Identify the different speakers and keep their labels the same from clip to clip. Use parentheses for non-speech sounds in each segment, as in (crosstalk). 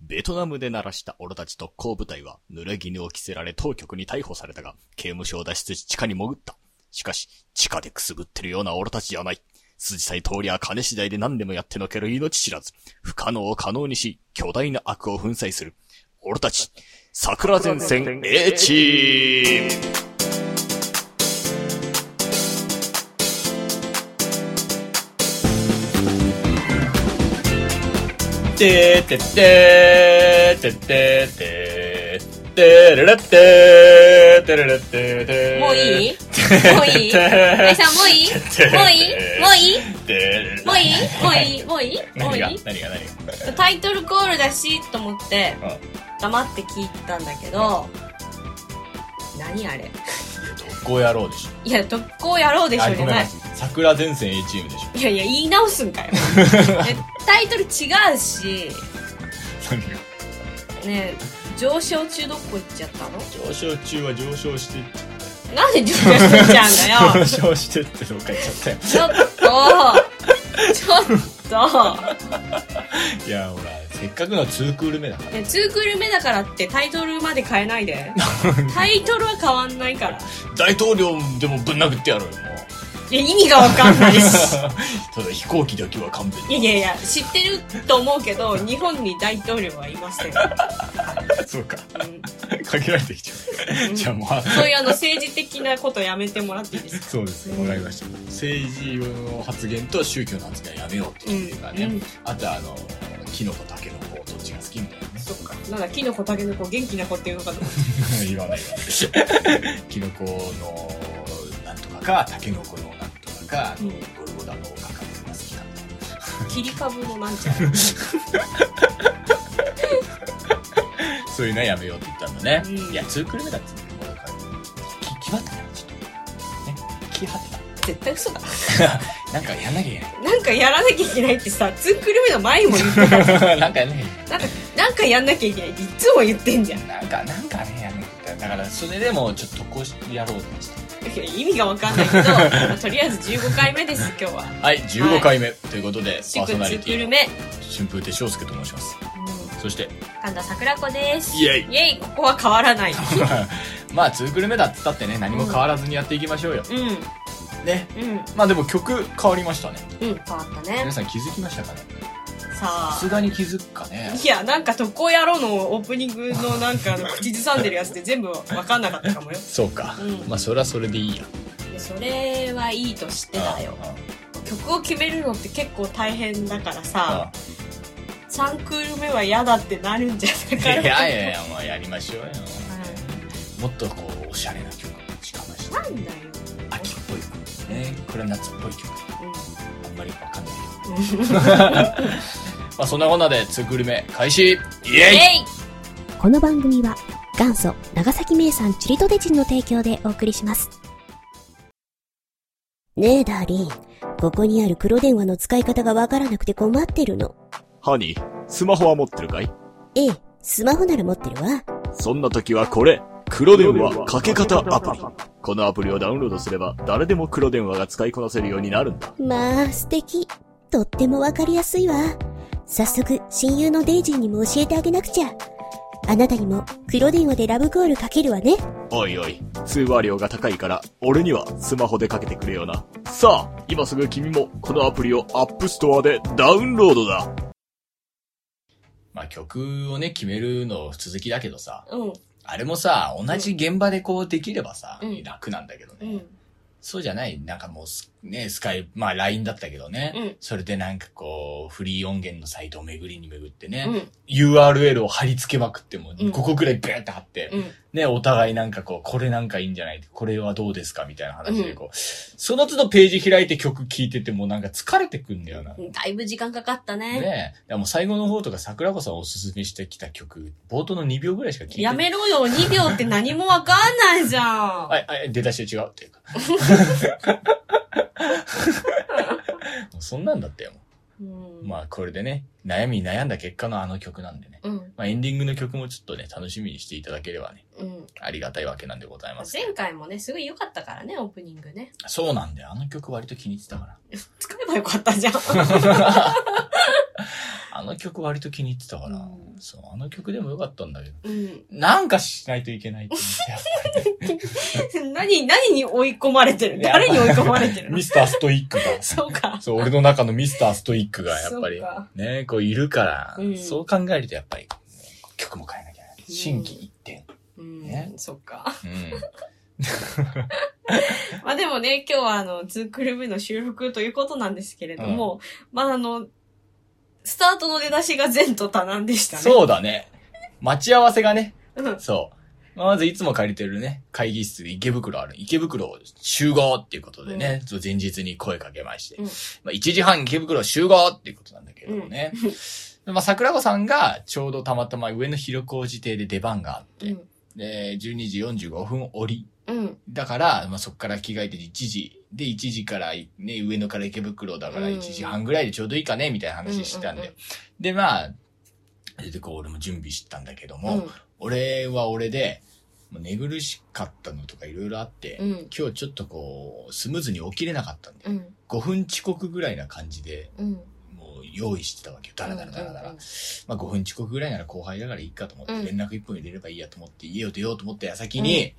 Speaker 1: ベトナムで鳴らした俺たち特攻部隊は、濡れ衣を着せられ当局に逮捕されたが、刑務所を脱出し地下に潜った。しかし、地下でくすぶってるような俺たちじゃない。筋さえ通りゃ金次第で何でもやってのける命知らず、不可能を可能にし、巨大な悪を粉砕する。俺たち、桜前線 A チームてーてってーてってーてーてれれってーてれれってーてー
Speaker 2: もういいもういいあいさん、もういいもういいもういい
Speaker 1: てれれ
Speaker 2: もういいもういいもういいもう
Speaker 1: 何が
Speaker 2: いい
Speaker 1: 何が何が
Speaker 2: タイトルコールだし、と思って
Speaker 1: うん、
Speaker 2: 黙って聞いてたんだけど、何あれ
Speaker 1: 特攻野郎でしょ
Speaker 2: いや、特攻やろうでし
Speaker 1: あ
Speaker 2: ょ
Speaker 1: ご
Speaker 2: じ
Speaker 1: め
Speaker 2: ゃ
Speaker 1: んな
Speaker 2: な
Speaker 1: さ
Speaker 2: い
Speaker 1: い。桜前線 A チームでしょ
Speaker 2: いやいや、言い直すんかよ。えタイトル違うし、
Speaker 1: 何が
Speaker 2: ねえ上昇中どこ行っちゃったの
Speaker 1: 上昇中は上昇していっ
Speaker 2: なんで上昇してっちゃうんだよ
Speaker 1: 上昇してってどっか行っちゃったよ
Speaker 2: ちょっと、ちょっと。
Speaker 1: いやほらせっかくの2クール目だから
Speaker 2: ね、2クール目だからってタイトルまで変えないで
Speaker 1: (laughs)
Speaker 2: タイトルは変わんないから
Speaker 1: 大統領でもぶん殴ってやろうよもう
Speaker 2: いや意味がわかんない
Speaker 1: (laughs)
Speaker 2: し
Speaker 1: ただ飛行機だけは勘弁
Speaker 2: いやいやいや知ってると思うけど日本に大統領はいま
Speaker 1: (laughs)
Speaker 2: せん、
Speaker 1: そうか
Speaker 2: うん
Speaker 1: 限られてきちゃうじゃあもう
Speaker 2: そういうあの政治的なことやめてもらっていいですか
Speaker 1: そうですねわかりました政治の発言と宗教の発言はやめようっていうかね、
Speaker 2: うんうん
Speaker 1: あとはあのキノコタケノコどっちが好きみたいなね
Speaker 2: そっかなんだキノコタケノコ元気な子っていうのかと思っ
Speaker 1: 言わないわキノコのなんとかかタケノコのなんとかか、
Speaker 2: うん
Speaker 1: ゴルゴダのおかかが好きか
Speaker 2: た切り株のなんちゃら、
Speaker 1: そういうのはやめようって言ったんだね、
Speaker 2: うん
Speaker 1: いや2クール目だっつってもうだからき決まってたよちょっとね気張って
Speaker 2: 絶対嘘だ
Speaker 1: たなんかやんなきゃいけない
Speaker 2: なんかやらなきゃいけないってさ2クール目の前も言ってた
Speaker 1: なんかね、
Speaker 2: なんかなんかやんなきゃいけないっていつも言ってんじゃんい
Speaker 1: なんか、なんかね、やめてだから、それでも、ちょっとこうしてやろうとして。
Speaker 2: や意味がわかんないけど、まあとりあえず15回目です今日は
Speaker 1: はい、15回目、ということで、パ
Speaker 2: 祝
Speaker 1: ーソナリ
Speaker 2: 2
Speaker 1: テ
Speaker 2: クー
Speaker 1: ィ
Speaker 2: ル
Speaker 1: の
Speaker 2: 目、
Speaker 1: 春風亭昇介と申します。そして、
Speaker 2: 神田桜子です
Speaker 1: イエイ
Speaker 2: イエイここは変わら
Speaker 1: (laughs)
Speaker 2: ない
Speaker 1: まあ、ツークル目だっつったってね、何も変わらずにやっていきましょうよ。
Speaker 2: うん
Speaker 1: ね。
Speaker 2: うん
Speaker 1: まあでも曲変わりましたね。
Speaker 2: うん変わった
Speaker 1: 皆
Speaker 2: ね
Speaker 1: さん気づきましたかね
Speaker 2: さ
Speaker 1: さ
Speaker 2: あ
Speaker 1: すがに気づくかね。
Speaker 2: いやなんか「特攻野郎」のオープニングのなんかあの口ずさんでるやつで全部わかんなかったかもよ
Speaker 1: そうか
Speaker 2: うん
Speaker 1: まあ、それはそれでいいや。
Speaker 2: いやそれはいいとしてだよ曲を決めるのって結構大変だからさ (laughs)
Speaker 1: あ
Speaker 2: 3クール目は嫌だってなるんじゃない
Speaker 1: い
Speaker 2: かな
Speaker 1: やいやいや、まあ、やりましょうよ。
Speaker 2: う
Speaker 1: もっとこう、おしゃれな曲、しかもし
Speaker 2: んなんだよ、
Speaker 1: 秋っぽい曲。ね。これは夏っぽい曲。あんまりわかんない。
Speaker 2: うん、
Speaker 1: まあ、そんなこんなで、つくるめ開始イエ
Speaker 2: イ
Speaker 1: イ
Speaker 2: エイ
Speaker 3: この番組は元祖長崎名産チリトデジンの提供でお送りします。ねえ、ダーリン。ここにある黒電話の使い方がわからなくて困ってるの。
Speaker 1: ハニー、スマホは持ってるかい
Speaker 3: ええ、スマホなら持ってるわ。
Speaker 1: そんな時はこれ、黒電話かけ方アプリ。このアプリをダウンロードすれば、誰でも黒電話が使いこなせるようになるんだ。
Speaker 3: まあ、素敵。とってもわかりやすいわ。早速、親友のデイジーにも教えてあげなくちゃ。あなたにも黒電話でラブコールかけるわね。
Speaker 1: おいおい、通話料が高いから、俺にはスマホでかけてくれよな。さあ、今すぐ君も、このアプリをアップストアでダウンロードだ。まあ、曲をね、決めるの続きだけどさ、
Speaker 2: うん
Speaker 1: あれもさ、同じ現場でこうできればさ、
Speaker 2: うん
Speaker 1: 楽なんだけどね。
Speaker 2: うん
Speaker 1: そうじゃない、なんかもうす、ね、スカイ、まあ LINE だったけどね、
Speaker 2: うん
Speaker 1: それでなんかこう、フリー音源のサイトを巡りに巡ってね、
Speaker 2: うん
Speaker 1: URL を貼り付けまくっても、
Speaker 2: うん
Speaker 1: ここくらいビューって貼って、
Speaker 2: うん
Speaker 1: ね、お互いなんかこう、これなんかいいんじゃないこれはどうですかみたいな話でこう、その都度ページ開いて曲聴いててもなんか疲れてくんだよな。
Speaker 2: だいぶ時間かかったね
Speaker 1: ねえ。でも最後の方とか桜子さんおすすめしてきた曲、冒頭の2秒ぐらいしか聴いて
Speaker 2: やめろよ、2秒って何もわかんないじゃん。
Speaker 1: はい、はい、出だし違うっていうか。もうそんなんだったよ。
Speaker 2: うん、
Speaker 1: まあこれでね、悩みに悩んだ結果のあの曲なんでね。
Speaker 2: うん、
Speaker 1: まあエンディングの曲もちょっとね、楽しみにしていただければね、
Speaker 2: うん。
Speaker 1: ありがたいわけなんでございます。
Speaker 2: 前回もね、すごい良かったからね、オープニングね。
Speaker 1: そうなんだよ。あの曲割と気に入ってたから。
Speaker 2: 使えばよかったじゃん。
Speaker 1: ああの曲割と気に入ってたから、
Speaker 2: うん
Speaker 1: そう、あの曲でもよかったんだけど、
Speaker 2: うん。 (laughs)
Speaker 1: なんかしないといけないって思って、やっぱりね
Speaker 2: 何、何に追い込まれてる
Speaker 1: いや
Speaker 2: 誰に追い込まれてる
Speaker 1: (laughs)
Speaker 2: の
Speaker 1: ミスターストイックが、
Speaker 2: そうか。
Speaker 1: そう、俺の中のミスターストイックが、やっぱり
Speaker 2: そうか、
Speaker 1: ね、こういるから、
Speaker 2: うん
Speaker 1: そう考えるとやっぱり、曲も変えなきゃいけない。新規一点。
Speaker 2: うん
Speaker 1: ね、
Speaker 2: そっか。
Speaker 1: うん。
Speaker 2: まあでもね、今日はあの、ツークルームの収録ということなんですけれども、まああの、スタートの出だしが前途多難でしたね。
Speaker 1: そうだね。待ち合わせがね、
Speaker 2: うん。
Speaker 1: そう。まあまずいつも借りてるね、会議室で池袋ある。池袋集合っていうことでね、そう前日に声かけまして。
Speaker 2: うん
Speaker 1: まあ1時半池袋集合っていうことなんだけどね。まあ桜子さんがちょうどたまたま上の広小路邸で出番があって、
Speaker 2: うん。
Speaker 1: で、12時45分降り。
Speaker 2: うん。
Speaker 1: だから、まあ、そこから着替えて1時。で、1時から、ね、上野から池袋だから
Speaker 2: うん
Speaker 1: 1時半ぐらいでちょうどいいかね、みたいな話してたんだよ。
Speaker 2: うん
Speaker 1: で、まあ、で、こう、俺も準備してたんだけども、俺は俺で、もう寝苦しかったのとかいろいろあって、
Speaker 2: うん
Speaker 1: 今日ちょっとこう、スムーズに起きれなかったんで、
Speaker 2: うん。
Speaker 1: 5分遅刻ぐらいな感じで、
Speaker 2: うん。
Speaker 1: もう用意してたわけよ。ダラダラダラダラ。
Speaker 2: うん
Speaker 1: まあ5分遅刻ぐらいなら後輩だからいいかと思って、
Speaker 2: うん
Speaker 1: 連絡1本入れればいいやと思って、家を出ようと思った矢先に、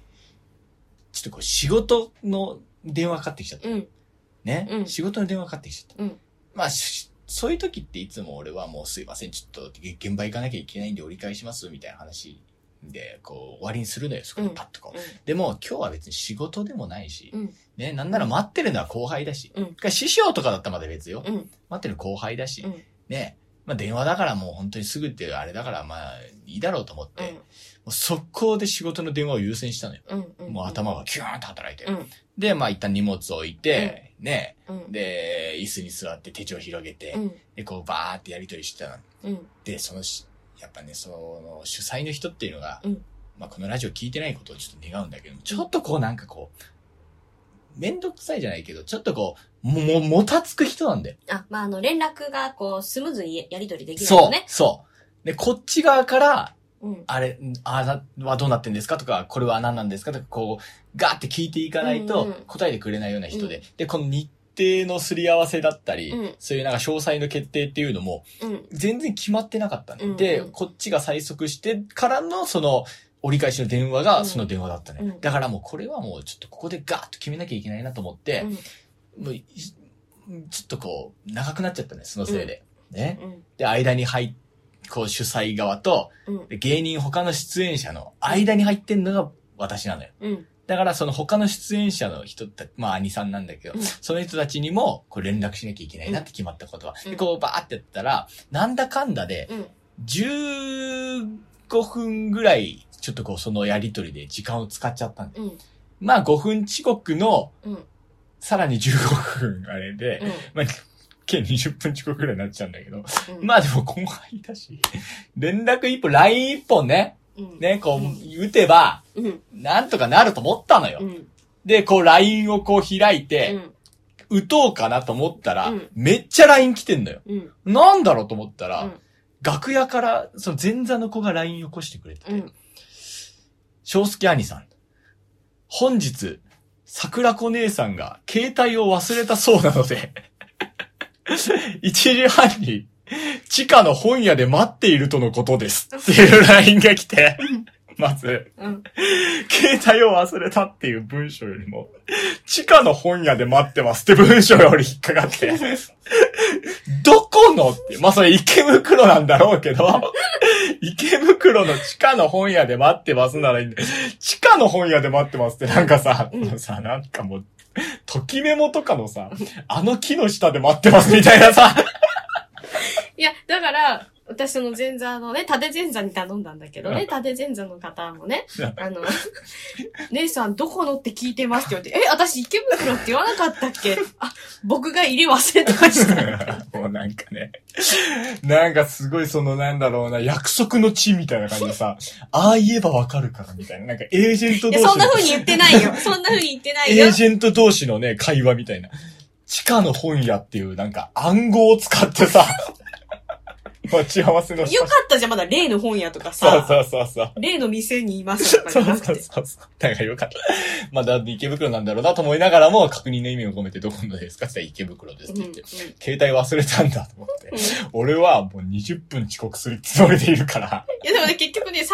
Speaker 1: ちょっとこう仕事の電話かかってきちゃった。
Speaker 2: うん。
Speaker 1: ね、
Speaker 2: うん
Speaker 1: 仕事の電話かかってきちゃった。
Speaker 2: うん
Speaker 1: まあ、しそういう時っていつも俺はもうすいません、ちょっとげ現場行かなきゃいけないんで折り返します、みたいな話で、こう終わりにするのよ、そこでパッとこう。でも今日は別に仕事でもないし、
Speaker 2: うん
Speaker 1: ね、なんなら待ってるのは後輩だし、
Speaker 2: うん
Speaker 1: 師匠とかだったらまだ別よ。
Speaker 2: うん。
Speaker 1: 待ってる後輩だし、
Speaker 2: うん
Speaker 1: ね、まあ電話だからもう本当にすぐってあれだからまあいいだろうと思って、もう速攻で仕事の電話を優先したのよ。
Speaker 2: うん。うん。
Speaker 1: もう頭がキューンと働いて。
Speaker 2: うん
Speaker 1: で、まあ一旦荷物を置いて、ね、
Speaker 2: うん。
Speaker 1: で、椅子に座って手帳広げて、
Speaker 2: うん。
Speaker 1: で、こうバーってやりとりしてたの。
Speaker 2: うん。
Speaker 1: で、そのし、やっぱね、その主催の人っていうのが、
Speaker 2: うん
Speaker 1: まあこのラジオ聞いてないことをちょっと願うんだけども、ちょっとこうなんかこう、めんどくさいじゃないけど、ちょっとこう、も、も、もたつく人なんだよ
Speaker 2: あ、まああの、連絡がこう、スムーズにやり取りできる
Speaker 1: そ
Speaker 2: の
Speaker 1: う
Speaker 2: ね。、
Speaker 1: そう。で、こっち側から、
Speaker 2: うん。
Speaker 1: あれ、んああはどうなってんですかとか、これは何なんですかとか、こう、ガーって聞いていかない
Speaker 2: うんう
Speaker 1: と
Speaker 2: ん
Speaker 1: 答えてくれないような人で、
Speaker 2: うん
Speaker 1: で、この日程のすり合わせだったり、
Speaker 2: うん
Speaker 1: そういうなんか詳細の決定っていうのも、
Speaker 2: うん。
Speaker 1: 全然決まってなかったね。
Speaker 2: うんうん
Speaker 1: で、こっちが催促してからの、その、折り返しの電話が
Speaker 2: うん
Speaker 1: その電話だったね。
Speaker 2: うん
Speaker 1: だからもうこれはもうちょっとここでガーッと決めなきゃいけないなと思って、もうい、ちょっとこう、長くなっちゃったね、そのせいで。ね。
Speaker 2: うん。
Speaker 1: で、間に入っ、こう主催側と、
Speaker 2: うん。
Speaker 1: で芸人他の出演者の間に入ってんのが私なのよ。
Speaker 2: うん。
Speaker 1: だからその他の出演者の人たまあ兄さんなんだけど、
Speaker 2: うん
Speaker 1: その人たちにもこう連絡しなきゃいけないなって決まったことは。
Speaker 2: うん
Speaker 1: で、こうバーってやったら、なんだかんだで、
Speaker 2: うん。
Speaker 1: 15分ぐらい、ちょっとこうそのやりとりで時間を使っちゃったんだよ
Speaker 2: うん。
Speaker 1: まあ5分遅刻の、
Speaker 2: うん。
Speaker 1: さらに15分あれで、まあ、計20分遅刻ぐらいになっちゃうんだけど、
Speaker 2: うん。
Speaker 1: まあでも後輩だし、連絡一本、LINE 一本ね、
Speaker 2: うん。
Speaker 1: ね、こ
Speaker 2: う
Speaker 1: う、打てば、
Speaker 2: うん。
Speaker 1: なんとかなると思ったのよ。
Speaker 2: うん。
Speaker 1: で、こう、LINE をこう開いて、打とうかなと思ったら、
Speaker 2: うん
Speaker 1: めっちゃ LINE 来てんのよ。
Speaker 2: うん。
Speaker 1: なんだろうと思ったら、
Speaker 2: うん
Speaker 1: 楽屋から、その前座の子が LINE を起こしてくれて、
Speaker 2: うん。
Speaker 1: 正介兄さん、本日、桜子姉さんが携帯を忘れたそうなので、1時半に地下の本屋で待っているとのことですっていう LINE が来て、まず、
Speaker 2: うん。
Speaker 1: (laughs) 携帯を忘れたっていう文章よりも、地下の本屋で待ってますって文章より引っかかって、 (laughs) どこのって、まあそれ池袋なんだろうけど、 (laughs) 池袋の地下の本屋で待ってますならいいんだ地下の本屋で待ってますってなんかさ、さ、なんかもう、ときメモとかのさ、あの木の下で待ってますみたいなさ、
Speaker 2: いや、だから、私その前座のね、縦前座に頼んだんだけどね、縦前座の方もね、あの、 (laughs) 姉さんどこのって聞いてますって言われて、え、私池袋って言わなかったっけあ、僕が入れ忘れて
Speaker 1: (laughs)
Speaker 2: ました。
Speaker 1: もうなんかね、なんかすごいそのなんだろうな、約束の地みたいな感じでさ、ああ言えばわかるからみたいな、なんかエージェント
Speaker 2: い
Speaker 1: 同
Speaker 2: や、
Speaker 1: 士の
Speaker 2: そんな風に言ってないよ。そんな風に言ってないよ
Speaker 1: エー。ジェント同士のね、会話みたいな。地下の本屋っていうなんか暗号を使ってさ、 (laughs) 待ち合わせの
Speaker 2: よかったじゃん、まだ例の本屋とか
Speaker 1: そう
Speaker 2: さ、
Speaker 1: そうそうそう。
Speaker 2: 例の店にいますとかじ
Speaker 1: そ
Speaker 2: ゃ
Speaker 1: う
Speaker 2: な
Speaker 1: そう
Speaker 2: くて。
Speaker 1: そうそう。だからよかった。まあ、だって池袋なんだろうなと思いながらも、確認の意味を込めてどこのですかって言ったら池袋ですって言って、携帯忘れたんだと思って
Speaker 2: うん。
Speaker 1: 俺はもう20分遅刻するつもりでいる
Speaker 2: (laughs)
Speaker 1: から。
Speaker 2: いやでもね、結局ね、30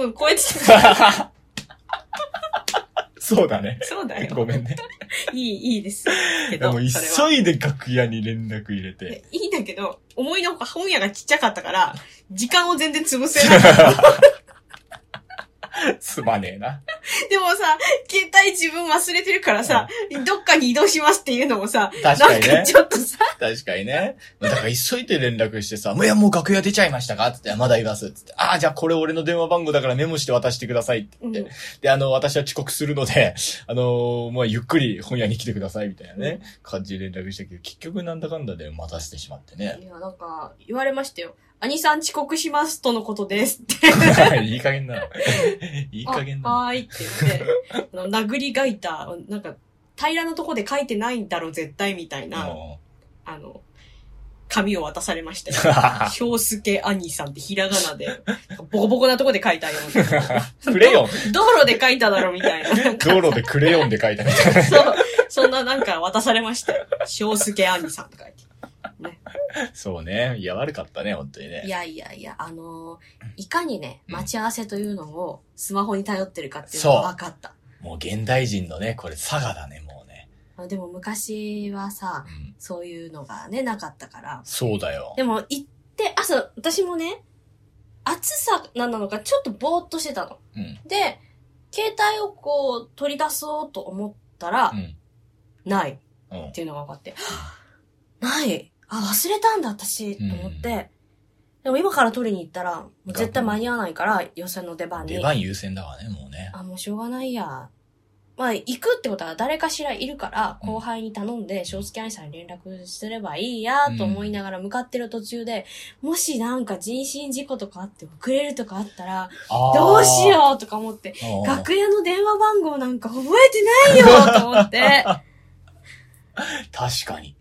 Speaker 2: 分超えて
Speaker 1: (laughs)
Speaker 2: たから。
Speaker 1: そうだね。
Speaker 2: そうだよ。
Speaker 1: ごめんね。
Speaker 2: いい、いいです。けど、
Speaker 1: も
Speaker 2: そうれは。
Speaker 1: 急いで楽屋に連絡入れて。
Speaker 2: ねいいんだけど、思いのほか本屋がちっちゃかったから、時間を全然潰
Speaker 1: (laughs)
Speaker 2: せなかった。
Speaker 1: すまねえな。
Speaker 2: でもさ、携帯自分忘れてるからさ、どっかに移動しますっていうのもさ、
Speaker 1: 確かに
Speaker 2: なん
Speaker 1: ね
Speaker 2: か。ちょっとさ、
Speaker 1: 確かにね。だから急いで連絡してさ、いやもう楽屋出ちゃいましたかって言って、まだいます。って言って、ああ、じゃあこれ俺の電話番号だからメモして渡してくださいって言って。
Speaker 2: うん
Speaker 1: で、あの、私は遅刻するので、あのーまあ、ゆっくり本屋に来てくださいみたいなね、感じで連絡したけど、結局なんだかんだで待たせてしまってね。
Speaker 2: いや、なんか、言われましたよ。兄さん遅刻しますとのことですって。
Speaker 1: (laughs) いい加減なの。いい加減
Speaker 2: あ
Speaker 1: なの。
Speaker 2: はーいって言って、あの殴り書いた、なんか、平らなとこで書いてないんだろ、絶対みたいな、
Speaker 1: も
Speaker 2: あの、紙を渡されましたよ。
Speaker 1: う
Speaker 2: 小助兄さんってひらがなで、ボコボコなとこで書いたよ。
Speaker 1: (laughs) クレヨン。
Speaker 2: 道路で書いただろ、
Speaker 1: (laughs)
Speaker 2: みたいな。なんか
Speaker 1: 道路でクレヨンで書いたみたいな。
Speaker 2: そう、そんななんか渡されましたよ。小助兄さんって書いて。
Speaker 1: (laughs) そうね。いや、悪かったね、本当に
Speaker 2: い
Speaker 1: ね。
Speaker 2: やいやいや、あのーいかにね、待ち合わせというのをスマホに頼ってるかっていうの
Speaker 1: そ
Speaker 2: が
Speaker 1: う
Speaker 2: 分かった。
Speaker 1: もう現代人のね、これ、佐賀だね、もうね。
Speaker 2: あでも昔はさ
Speaker 1: う、ん
Speaker 2: そういうのがね、なかったから。
Speaker 1: そうだよ。
Speaker 2: でも行って、朝、私もね、暑さなのかちょっとぼーっとしてたの。
Speaker 1: うん。
Speaker 2: で、携帯をこう取り出そうと思ったら、
Speaker 1: うん。
Speaker 2: ないっ
Speaker 1: うん。
Speaker 2: ていうのが分かって、 (gasps) ないあ、忘れたんだ私、
Speaker 1: うん
Speaker 2: と思って、でも今から取りに行ったら、もう絶対間に合わないから、予選の出番に
Speaker 1: 出。番優先だわね、もうね。
Speaker 2: あ、もうしょうがないや。まあ、行くってことは誰かしらいるから、
Speaker 1: うん
Speaker 2: 後輩に頼んで、正月兄さんに連絡すればいいや、と思いながら向かってる途中で、もしなんか人身事故とかあって遅れるとかあったら、どうしようとか思って、
Speaker 1: うん。
Speaker 2: 楽屋の電話番号なんか覚えてないよと
Speaker 1: (laughs)
Speaker 2: 思って。
Speaker 1: 確かに。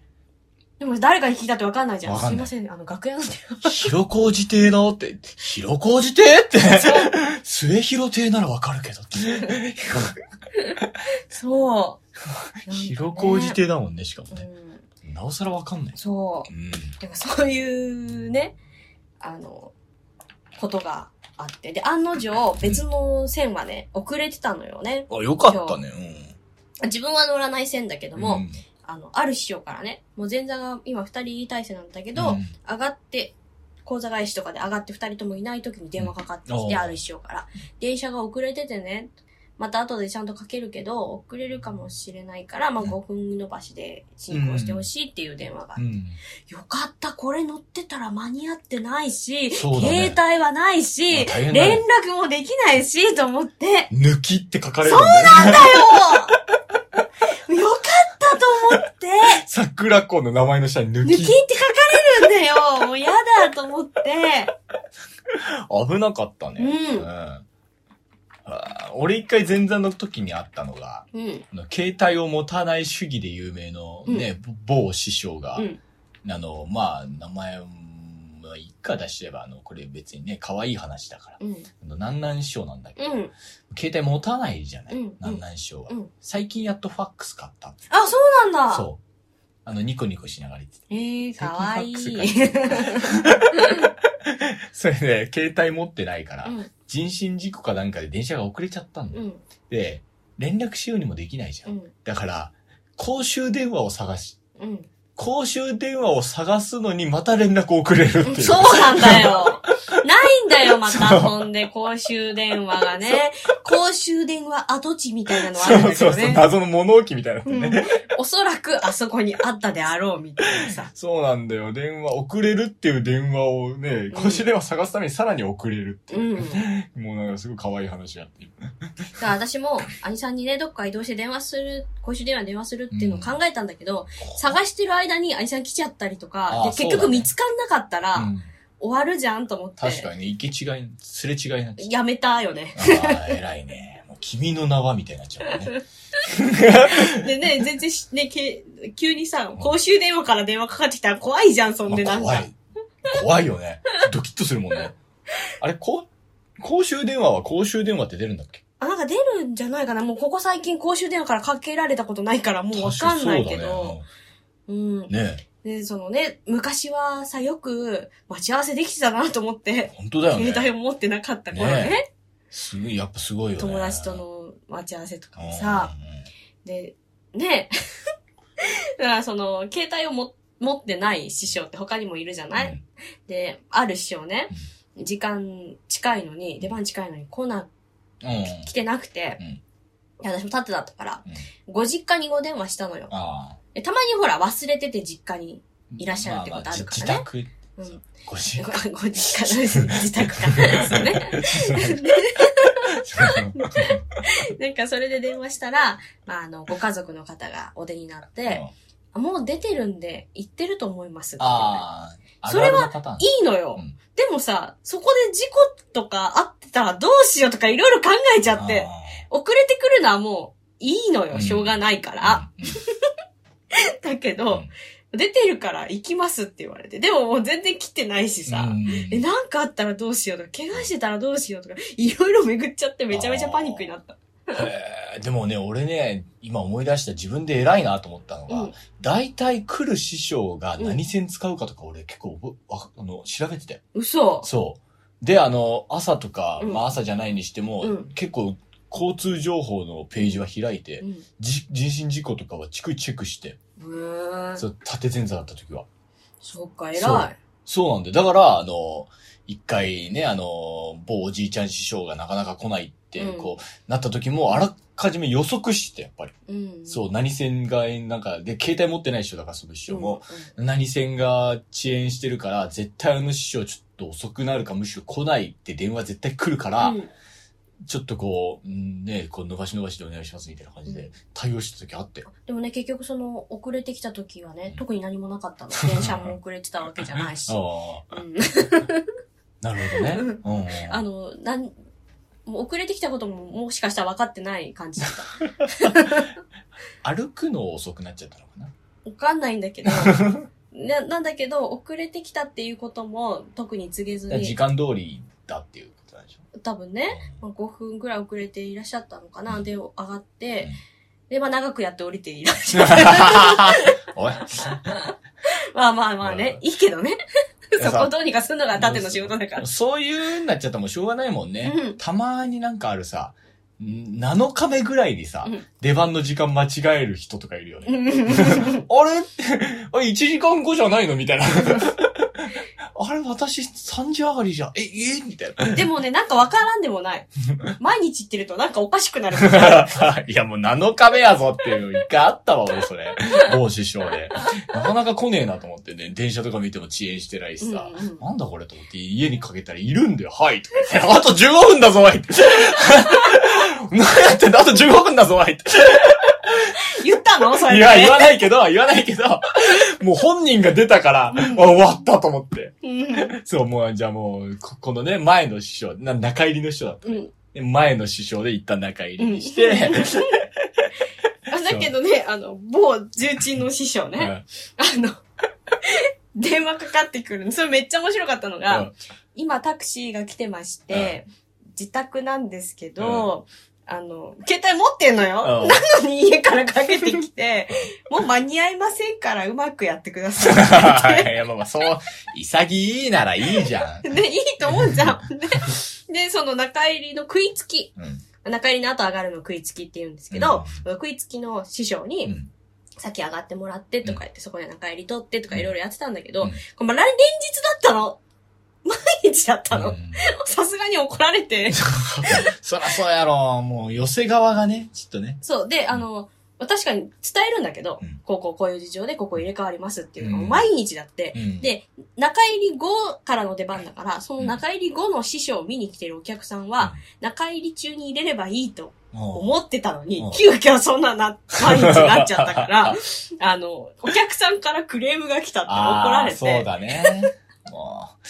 Speaker 2: でも誰かに聞いたってわかんないじゃん。
Speaker 1: わか
Speaker 2: す
Speaker 1: ん
Speaker 2: い
Speaker 1: ない
Speaker 2: ません、あの、楽屋の電話
Speaker 1: 広小路邸のって、広小路邸って、末広亭 (laughs) ならわかるけどって。 (laughs)
Speaker 2: そう。
Speaker 1: 広小路
Speaker 2: て
Speaker 1: 邸だもんね、しかも
Speaker 2: う
Speaker 1: ね。
Speaker 2: ん、
Speaker 1: なおさらわかんない。
Speaker 2: そうう。
Speaker 1: ん。
Speaker 2: だからそういうね、あの、ことがあって。で、案の定、別の線はね、遅れてたのよね。
Speaker 1: あ、よかったね、
Speaker 2: 自分は乗らない線だけ
Speaker 1: う
Speaker 2: ど
Speaker 1: ん。
Speaker 2: も、
Speaker 1: うん
Speaker 2: あの、ある師匠からね、もう前座が今二人体制なんだけ
Speaker 1: う
Speaker 2: ど、
Speaker 1: ん
Speaker 2: 上がって、講座返しとかで上がって二人ともいない時に電話かかって
Speaker 1: う
Speaker 2: き
Speaker 1: んお
Speaker 2: て、
Speaker 1: ー
Speaker 2: ある師匠から。電車が遅れててね、また後でちゃんとかけるけど、遅れるかもしれないから、まあ
Speaker 1: うん
Speaker 2: 5分伸ばしで進行してほしいっていう電話があって
Speaker 1: うん。
Speaker 2: よかった、これ乗ってたら間に合ってないし、
Speaker 1: そうだ
Speaker 2: 携
Speaker 1: ね
Speaker 2: 帯はないし、
Speaker 1: まあ大変だ
Speaker 2: 連
Speaker 1: ね
Speaker 2: 絡もできないし、と思って、だよ
Speaker 1: 抜きって書かれるそうなん (laughs) だ
Speaker 2: よかったと
Speaker 1: (laughs)
Speaker 2: 思って、
Speaker 1: 桜子の名前の下に抜
Speaker 2: 抜きって
Speaker 1: き。
Speaker 2: 書かれるんだよもうやだと思って、
Speaker 1: 危なかったね。
Speaker 2: うん
Speaker 1: あー俺一回前座の時にあったのが、
Speaker 2: うん、
Speaker 1: あの携帯を持たない主義で有名のね、某師匠が、
Speaker 2: うん
Speaker 1: あの、まあ、名前、うんまあ、一家出してれば、あの、これ別にね、可愛い話だから。
Speaker 2: うん、
Speaker 1: あの、南南師匠なんだけ
Speaker 2: う
Speaker 1: ど、
Speaker 2: ん。
Speaker 1: 携帯持たないじゃない、
Speaker 2: うん
Speaker 1: 南南師匠は、
Speaker 2: うん
Speaker 1: 最近やっとファックス買った。
Speaker 2: あ、そうなんだ
Speaker 1: そう。あの、ニコニコしながら言ってた。
Speaker 2: えー、かわいい。
Speaker 1: 最近 (laughs) それで、携帯持ってないから、
Speaker 2: (laughs) うん、
Speaker 1: 人身事故かなんかで電車が遅れちゃったんだ
Speaker 2: う
Speaker 1: よ。
Speaker 2: ん、
Speaker 1: で、連絡しようにもできないじゃ。
Speaker 2: うんん、
Speaker 1: だから、公衆電話を探し、
Speaker 2: うん。
Speaker 1: 公衆電話を探すのにまた連絡遅れるっていう。
Speaker 2: そうなん
Speaker 1: (laughs)
Speaker 2: だよ。ないんだよ、また。ほんで、公衆電話がね。公衆電話跡地みたいなのあるんだけ
Speaker 1: そ
Speaker 2: ど
Speaker 1: うそう、
Speaker 2: ね。
Speaker 1: 謎の物置みたいなの
Speaker 2: う
Speaker 1: ね。
Speaker 2: んおそらくあそこにあったであろうみたいなさ。
Speaker 1: そうなんだよ。電話、遅れるっていう電話をね、公衆電話探すためにさらに遅れるって
Speaker 2: う
Speaker 1: い
Speaker 2: ん。だか
Speaker 1: う。もうなんかすごい可愛い話やってる。
Speaker 2: ら私も、兄さんにね、どっか移動して電話する、公衆電話に電話するっていうのを考えたんだけど、探してる間に兄さん来ちゃったりとか、
Speaker 1: あー
Speaker 2: で、
Speaker 1: そうだ
Speaker 2: 結
Speaker 1: ね
Speaker 2: 局見つかんなかったら、
Speaker 1: うん
Speaker 2: 終わるじゃんと思って。
Speaker 1: 確かにね、行き違い、すれ違いになっちゃ
Speaker 2: やめたよね。
Speaker 1: う。ああ、偉いね。もう君の名はみたいになっちゃうもん
Speaker 2: (laughs)
Speaker 1: ね。
Speaker 2: でね、全然し、ね、け急にさ、公衆電話から電話かかってきたら怖いじゃん、そんで
Speaker 1: ま
Speaker 2: な
Speaker 1: あ
Speaker 2: ん
Speaker 1: 怖
Speaker 2: か。
Speaker 1: い。怖いよね。ドキッとするもんね。あれ、こう、公衆電話は公衆電話って出るんだっけ
Speaker 2: あ、なんか出るんじゃないかな。もうここ最近公衆電話からかけられたことないから、もうわかんないけど。うん。
Speaker 1: 確かにそうだね。ね
Speaker 2: で、そのね、昔はさ、よく待ち合わせできてたなと思って
Speaker 1: え、本当だよ
Speaker 2: 携帯
Speaker 1: ね。
Speaker 2: を持ってなかった頃
Speaker 1: ね
Speaker 2: ね。
Speaker 1: すごい、やっぱすごいよね。
Speaker 2: 友達との待ち合わせとか
Speaker 1: うん
Speaker 2: もさ、、で、ね (laughs) だからその、携帯をも持ってない師匠って他にもいるじゃ
Speaker 1: うんう
Speaker 2: ない、
Speaker 1: ん
Speaker 2: で、ある師匠ね、時間近いのに、出番近いのに来な、
Speaker 1: うん。
Speaker 2: 来てなくて、
Speaker 1: うん
Speaker 2: で私も立ってだったから、ご実家にご電話したのよ。
Speaker 1: ああ。
Speaker 2: でたまにほら、忘れてて実家に、いらっしゃるってことあるから
Speaker 1: ま
Speaker 2: ね
Speaker 1: あまあじ
Speaker 2: うん、
Speaker 1: 自
Speaker 2: ご
Speaker 1: 宅、ご実家。
Speaker 2: ご実
Speaker 1: (laughs)
Speaker 2: 家の自宅か。そうね。なんかそれで電話したら、まあ、あの、ご家族の方がお出になっ
Speaker 1: う
Speaker 2: て
Speaker 1: ん、
Speaker 2: あもう出てるんで、行ってると思いますって言われて。
Speaker 1: ああ。
Speaker 2: それ
Speaker 1: ある
Speaker 2: は
Speaker 1: あるのパターン、
Speaker 2: いいのよ、
Speaker 1: うん
Speaker 2: でもさ、そこで事故とかあってたらどうしようとかいろいろ考えちゃって、遅れてくるのはもういいの
Speaker 1: う
Speaker 2: よ、
Speaker 1: ん
Speaker 2: しょうがないか
Speaker 1: あ
Speaker 2: ら。
Speaker 1: ー、
Speaker 2: だけど、出てるから行きますって言われて。でももう全然来てないしさ。
Speaker 1: うん
Speaker 2: え、なんかあったらどうしようとか、怪我してたらどうしようとか、いろいろ巡っちゃってめちゃめちゃパニックになった。
Speaker 1: へーでもね、俺ね、今思い出した自分で偉いなと思ったの
Speaker 2: う
Speaker 1: が
Speaker 2: ん、
Speaker 1: 大体来る師匠が何線使うかとか俺結構覚えわかあの調べてたよ。
Speaker 2: 嘘。
Speaker 1: そう。で、あの、朝とか、
Speaker 2: うん
Speaker 1: まあ朝じゃないにしても、
Speaker 2: うん
Speaker 1: 結構交通情報のページは開いて
Speaker 2: う、ん。
Speaker 1: じ人身事故とかはチクチェックして、
Speaker 2: うーん。
Speaker 1: そう、縦前座だった時は。
Speaker 2: そっか、偉い。
Speaker 1: そうそうなんだよ。だから、あの、一回ね、あの、某おじいちゃん師匠がなかなか来ないって、
Speaker 2: うん
Speaker 1: こう、なった時も、あらかじめ予測してた、やっぱり。
Speaker 2: うん。
Speaker 1: そう、何線が、なんか、で、携帯持ってない人だから、その師
Speaker 2: うん、
Speaker 1: 匠も、何線が遅延してるから、絶対あの師匠ちょっと遅くなるか、むしろ来ないって電話絶対来るから、
Speaker 2: うん
Speaker 1: ちょっとこう、うんね、こう、伸ばし伸ばしでお願いします、みたいな感じ
Speaker 2: う
Speaker 1: で、対応した時あったよ。
Speaker 2: でもね、結局その、遅れてきた時はね、特に何もなかったの。
Speaker 1: (laughs)
Speaker 2: 電車も遅れてたわけじゃないし。
Speaker 1: ああ、
Speaker 2: (laughs) うん、
Speaker 1: なるほどね。うんうん。
Speaker 2: あの、なん、もう遅れてきたことももしかしたら分かってない感じだった。
Speaker 1: 歩くの遅くなっちゃったのかな。
Speaker 2: 分かんないん
Speaker 1: (laughs)
Speaker 2: だけど、ななんだけど、遅れてきたっていうことも特に告げず
Speaker 1: だから時
Speaker 2: に、
Speaker 1: 間通りだっていうことなんでしょ
Speaker 2: 多分ね、まあ、5分くらい遅れていらっしゃったのかな、
Speaker 1: うん
Speaker 2: で、上がっ
Speaker 1: う
Speaker 2: て
Speaker 1: ん、
Speaker 2: で、まあ長くやって降りていらっしゃる。 (laughs)
Speaker 1: (laughs) おい。
Speaker 2: まあまあまあね、いいけどね。
Speaker 1: いや
Speaker 2: そ
Speaker 1: さ
Speaker 2: こどうにかするのが縦の仕事だか
Speaker 1: (laughs)
Speaker 2: ら。
Speaker 1: そういうんなっちゃったらもうしょうがないもんね。
Speaker 2: うん
Speaker 1: たまになんかあるさ、ん7日目ぐらいにさ、
Speaker 2: うん
Speaker 1: 出番の時間間違える人とかいるよね。
Speaker 2: うん
Speaker 1: あれ (laughs) あれ ?1 時間後じゃないのみたいな。 (laughs) あれ私3時上がりじゃん。え、えみたい
Speaker 2: (laughs) でもね、なんかわからんでもない。毎日行ってるとなんかおかしくなる。
Speaker 1: な。 (laughs) いやもう7日目やぞっていうの一回あったわ、俺それ。某師匠で。なかなか来ねえなと思ってね、電車とか見ても遅延してないしさ。
Speaker 2: うんうん
Speaker 1: なんだこれと思って家にかけたらいるんだよ。はい。とか言ってあと15分だぞ、おい。 (laughs) 何やってんだあと15分だぞ、おい。
Speaker 2: 言ったのそれ
Speaker 1: いや、言わないけど、言わないけど、もう本人が出たから、あ終わったと思って。
Speaker 2: うん
Speaker 1: そう、もう、じゃあもう、ここのね、前の師匠、な中入りの師匠だった。
Speaker 2: うん。
Speaker 1: で前の師匠で一旦中入りにして、
Speaker 2: あだけどね、あの、某重鎮の師匠ね、あの、 (laughs) 電話かかってくるの。それめっちゃ面白かったのが、
Speaker 1: うん
Speaker 2: 今タクシーが来てまして、自宅なんですけど、あの、携帯持ってんのよ。
Speaker 1: うん
Speaker 2: なのに (laughs) 家からかけてきて、 (laughs) もう間に合いませんからうまくやってくださいって言っ
Speaker 1: (laughs)
Speaker 2: て。
Speaker 1: いや、まあまあ、そう、潔いならいいじゃん。
Speaker 2: ね、いい (laughs) と思うじゃん。
Speaker 1: (laughs)
Speaker 2: で、でその中入りの食いつき。
Speaker 1: うん
Speaker 2: 中入りの後上がるの食いつきって言うんですけど、食いつきの師匠に、
Speaker 1: うん
Speaker 2: 先上がってもらってとか言って、そこで中入り取ってとかいろいろやってたんだけ
Speaker 1: う
Speaker 2: ど、
Speaker 1: ん
Speaker 2: これまあ、連日だったの。 (laughs) 毎日だった
Speaker 1: う
Speaker 2: の。
Speaker 1: ん
Speaker 2: さすがに怒られ
Speaker 1: (laughs)
Speaker 2: て。
Speaker 1: そらそうやろ、もう寄せ側がね、ちょっとね。
Speaker 2: そう。で、あの、確かに伝えるんだけど、
Speaker 1: うん
Speaker 2: こうこうこういう事情でここ入れ替わりますっていうの
Speaker 1: う
Speaker 2: を
Speaker 1: ん
Speaker 2: 毎日だって、
Speaker 1: うん
Speaker 2: で、中入り後からの出番だから、その中入り後の師匠を見に来てるお客さんは、中入り中に入れればいいと
Speaker 1: 思
Speaker 2: 思ってたの
Speaker 1: うん
Speaker 2: に、急遽そんなな、毎日なっちゃっ
Speaker 1: (laughs)
Speaker 2: たから、あの、お客さんからクレームが来たって怒られて。
Speaker 1: そうだね。もう。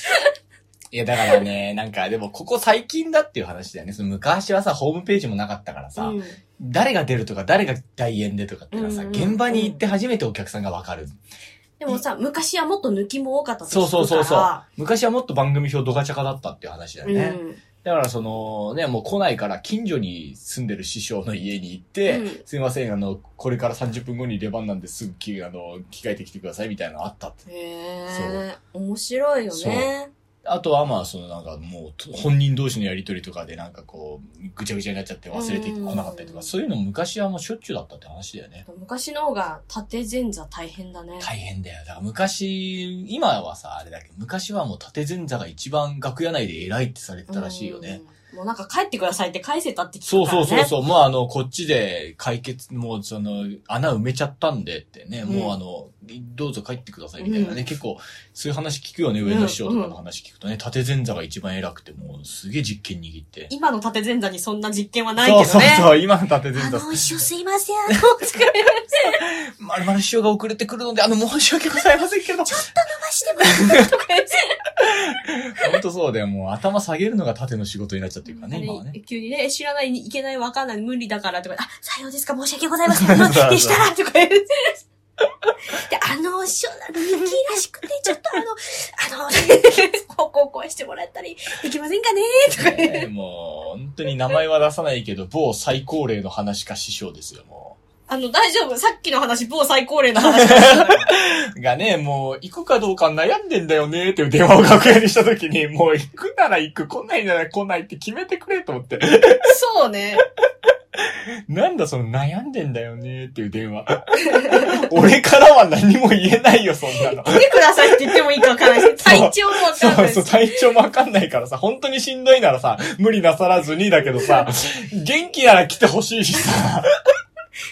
Speaker 1: いや、だからね、なんか、でも、ここ最近だっていう話だよね。その昔はさ、ホームページもなかったからさ、
Speaker 2: うん
Speaker 1: 誰が出るとか、誰が代演でとかってのはさ、
Speaker 2: うんうんうん
Speaker 1: 現場に行って初めてお客さんがわかる。
Speaker 2: でもさ、昔はもっと抜きも多かったと
Speaker 1: そうそうそうそう
Speaker 2: か。
Speaker 1: 昔はもっと番組表ドガチャカだったっていう話だ
Speaker 2: ら
Speaker 1: よね。
Speaker 2: うん。
Speaker 1: だからそのね、もう来ないから近所に住んでる師匠の家に行って、
Speaker 2: うん
Speaker 1: すいません、あの、これから30分後に出番なんですぐき、あの、着替えてきてくださいみたいなのあったって。
Speaker 2: へえ、面白いよね。
Speaker 1: あとはまあ、そのなんかもうと、本人同士のやりとりとかでなんかこう、ぐちゃぐちゃになっちゃって忘れてこなかったりと
Speaker 2: う
Speaker 1: か、
Speaker 2: ん
Speaker 1: そういうの昔はもうしょっちゅうだったって話だよね。
Speaker 2: 昔の方が縦前座大変だね。
Speaker 1: 大変だよ。だから昔、今はさ、あれだけど、昔はもう縦前座が一番楽屋内で偉いってされてたらしいよね。
Speaker 2: うん。もうなんか帰ってくださいって返せたって聞
Speaker 1: そう
Speaker 2: いたから
Speaker 1: そう
Speaker 2: ね。
Speaker 1: そうそう。もうあの、こっちで解決、もうその、穴埋めちゃったんでってね、
Speaker 2: うん
Speaker 1: もうあの、どうぞ帰ってくださいみたいなね、
Speaker 2: うん
Speaker 1: 結構、そういう話聞くよね、上の師匠とかの話聞くとね、縦前座が一番偉くて、もうすげえ実験握って。
Speaker 2: 今の縦前座にそんな実験はないけど
Speaker 1: そう
Speaker 2: ね。
Speaker 1: そうそう、今の縦前
Speaker 3: あ
Speaker 1: 座。
Speaker 3: の、一緒すいません。
Speaker 1: まるまる師匠が遅れてくるので、あの、申し訳ございませんけ
Speaker 2: (laughs)
Speaker 1: ど。 (laughs) ほんとそうだよ、もう頭下げるのが縦の仕事になっちゃってるからね、今は
Speaker 2: あれ
Speaker 1: ね。
Speaker 2: 急にね、知らない、いけない、わかんない、無理だからとか、あ、
Speaker 3: さようですか、申し訳ございませ
Speaker 1: (laughs)
Speaker 3: ん。
Speaker 1: そうそう
Speaker 3: でしたら、
Speaker 2: とか言って。
Speaker 3: であの、師匠、あの、ミッキーら
Speaker 1: (laughs)
Speaker 3: しくて、ちょっとあの、あの、
Speaker 2: (laughs)
Speaker 3: こうこうこうしてもらったり、できませんかねとか言って。
Speaker 1: ねもう、本当に名前は出さないけど、某最高齢の話家師匠ですよ、もう。
Speaker 2: あの、大丈夫。さっきの話、某最高齢の
Speaker 1: (laughs)
Speaker 2: 話だったから。
Speaker 1: がね、もう、行くかどうか悩んでんだよね、っていう電話を楽屋にした時に、 (laughs) もう行くなら行く、来ないなら来ないって決めてくれと思って。
Speaker 2: そうね。
Speaker 1: なんだその悩んでんだよね、っていう電話。
Speaker 2: (laughs)
Speaker 1: 俺からは何も言えないよ、そんなの。
Speaker 2: 来てくださいって言ってもいいかわからないし、
Speaker 1: そう
Speaker 2: 体調もわかん
Speaker 1: そ
Speaker 2: な
Speaker 1: う
Speaker 2: いし
Speaker 1: そう、。体調もわかんないからさ、本当にしんどいならさ、無理なさらずにだけどさ、元気なら来てほしいしさ、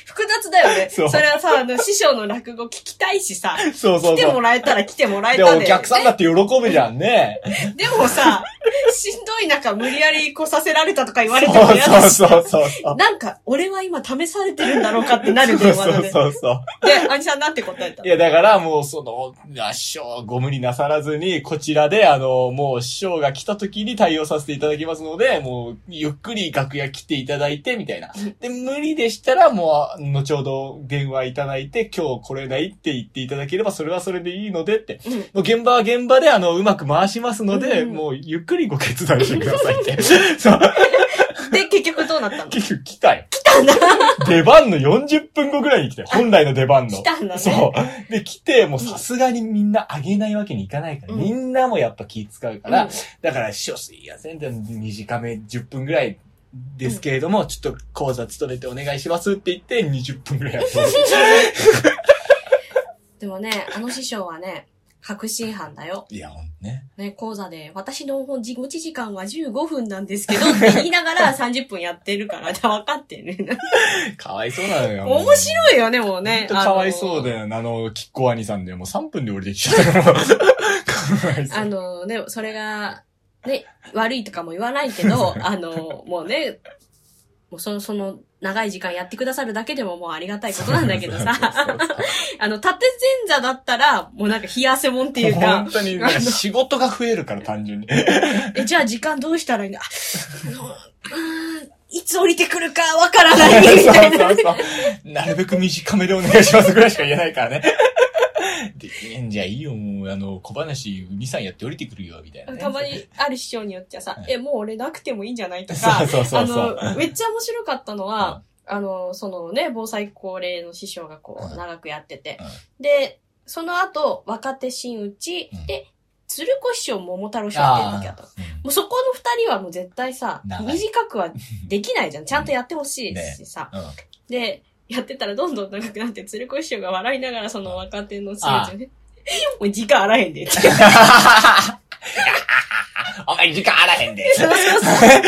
Speaker 2: 複雑だよね。
Speaker 1: そ
Speaker 2: そうれはさ、あの、師匠の落語聞きたいしさ、
Speaker 1: そうそ
Speaker 2: 来
Speaker 1: う
Speaker 2: て
Speaker 1: そ
Speaker 2: も
Speaker 1: う。
Speaker 2: らえたら来てもらえ
Speaker 1: で、
Speaker 2: た
Speaker 1: お
Speaker 2: で。
Speaker 1: 客さんだって喜ぶじゃんね。
Speaker 2: でもさ、しんどい中無理やり来させられたとか言われても
Speaker 1: そう
Speaker 2: 嫌だし。
Speaker 1: そうそうそう
Speaker 2: (laughs)
Speaker 1: そう。
Speaker 2: なんか、俺は今試されてるんだろうかってなる電話だね。
Speaker 1: そうそうそう。
Speaker 2: で、アニさんなんて答えた
Speaker 1: いや、だからもう、その、あ師匠、ご無理なさらずに、こちらで、あの、もう、師匠が来た時に対応させていただきますので、もう、ゆっくり楽屋来ていただいて、みたいな。で、無理でしたら、もう、後ほど電話いただいて、今日来れないって言っていただければ、それはそれでいいのでって。
Speaker 2: うん
Speaker 1: もう、現場は現場で、あの、うまく回しますので、
Speaker 2: うん
Speaker 1: もう、ゆっくりご決断してください
Speaker 2: (laughs)
Speaker 1: って。そう、
Speaker 2: で、結局どうなったの
Speaker 1: 結局来たよ。来たな出番の40分後ぐらいに来て、本来の出番の。
Speaker 2: 来たんだね。 (laughs)
Speaker 1: そう。で、来て、もうさすがにみんなあげないわけにいかないから、
Speaker 2: うん
Speaker 1: みんなもやっぱ気使うから、
Speaker 2: うん
Speaker 1: だから、師匠すいません、でも短め10分ぐらいですけれども、ちょっと講座勤めてお願いしますって言って、20分ぐらいやってます。
Speaker 2: でもね、あの師匠はね、白真犯だよ。
Speaker 1: いや、ほんとね。
Speaker 2: ね、講座で、私の本持ち時間は15分なんですけど、って言いながら30分やってるから、分かってる。
Speaker 1: かわい (laughs) そうなのよ。
Speaker 2: 面
Speaker 1: い
Speaker 2: 白いよね、もうね。
Speaker 1: ほんとかわいそうだよ。あの、きっこ兄さんで、もう3分で降りてきちゃったから。かわいそう。
Speaker 2: あのね、それが、ね、悪いとかも言わないけど、あの、もうね、もうその、その、長い時間やってくださるだけでももうありがたいことなんだけどさ、 (laughs) あの、縦前座だったら、もうなんか冷や汗もんっていうか
Speaker 1: 本、当に、ね、仕事が増えるから、単純に。
Speaker 2: え、じゃあ時間どうしたらいいんだあの、う (laughs) ーん、いつ降りてくるかわからないみたいな。
Speaker 1: そうそうそう。なるべく短めでお願いしますぐらいしか言えないからね。で、いやじゃあいいよ、もう、あの、小話、2、3やって降りてくるよ、みたいな、ね。
Speaker 2: たまにある師匠によってはさ
Speaker 1: は、い
Speaker 2: え、もう俺なくてもいいんじゃないと
Speaker 1: そ
Speaker 2: か
Speaker 1: う、そうそうそう。
Speaker 2: あの、めっちゃ面白かったのは、あの、そのね、防災高齢の師匠がこ
Speaker 1: う
Speaker 2: う、
Speaker 1: ん
Speaker 2: 長くやってて
Speaker 1: うん。
Speaker 2: で、その後、若手新内
Speaker 1: うん、
Speaker 2: で、鶴子師匠、桃太郎師匠っていう時だったの。
Speaker 1: うん
Speaker 2: もうそこの二人はもう絶対さ、
Speaker 1: 長い
Speaker 2: 短くはでき
Speaker 1: (laughs)
Speaker 2: ないじゃん。ちゃんとやってほしいしさ。
Speaker 1: うん
Speaker 2: で、やってたらどんどん長くなって、鶴子師匠が笑いながらその若手の師匠にね、もう時間あらへんでって。
Speaker 1: (laughs) お前時間あらへんで。
Speaker 2: そうそうそう。っ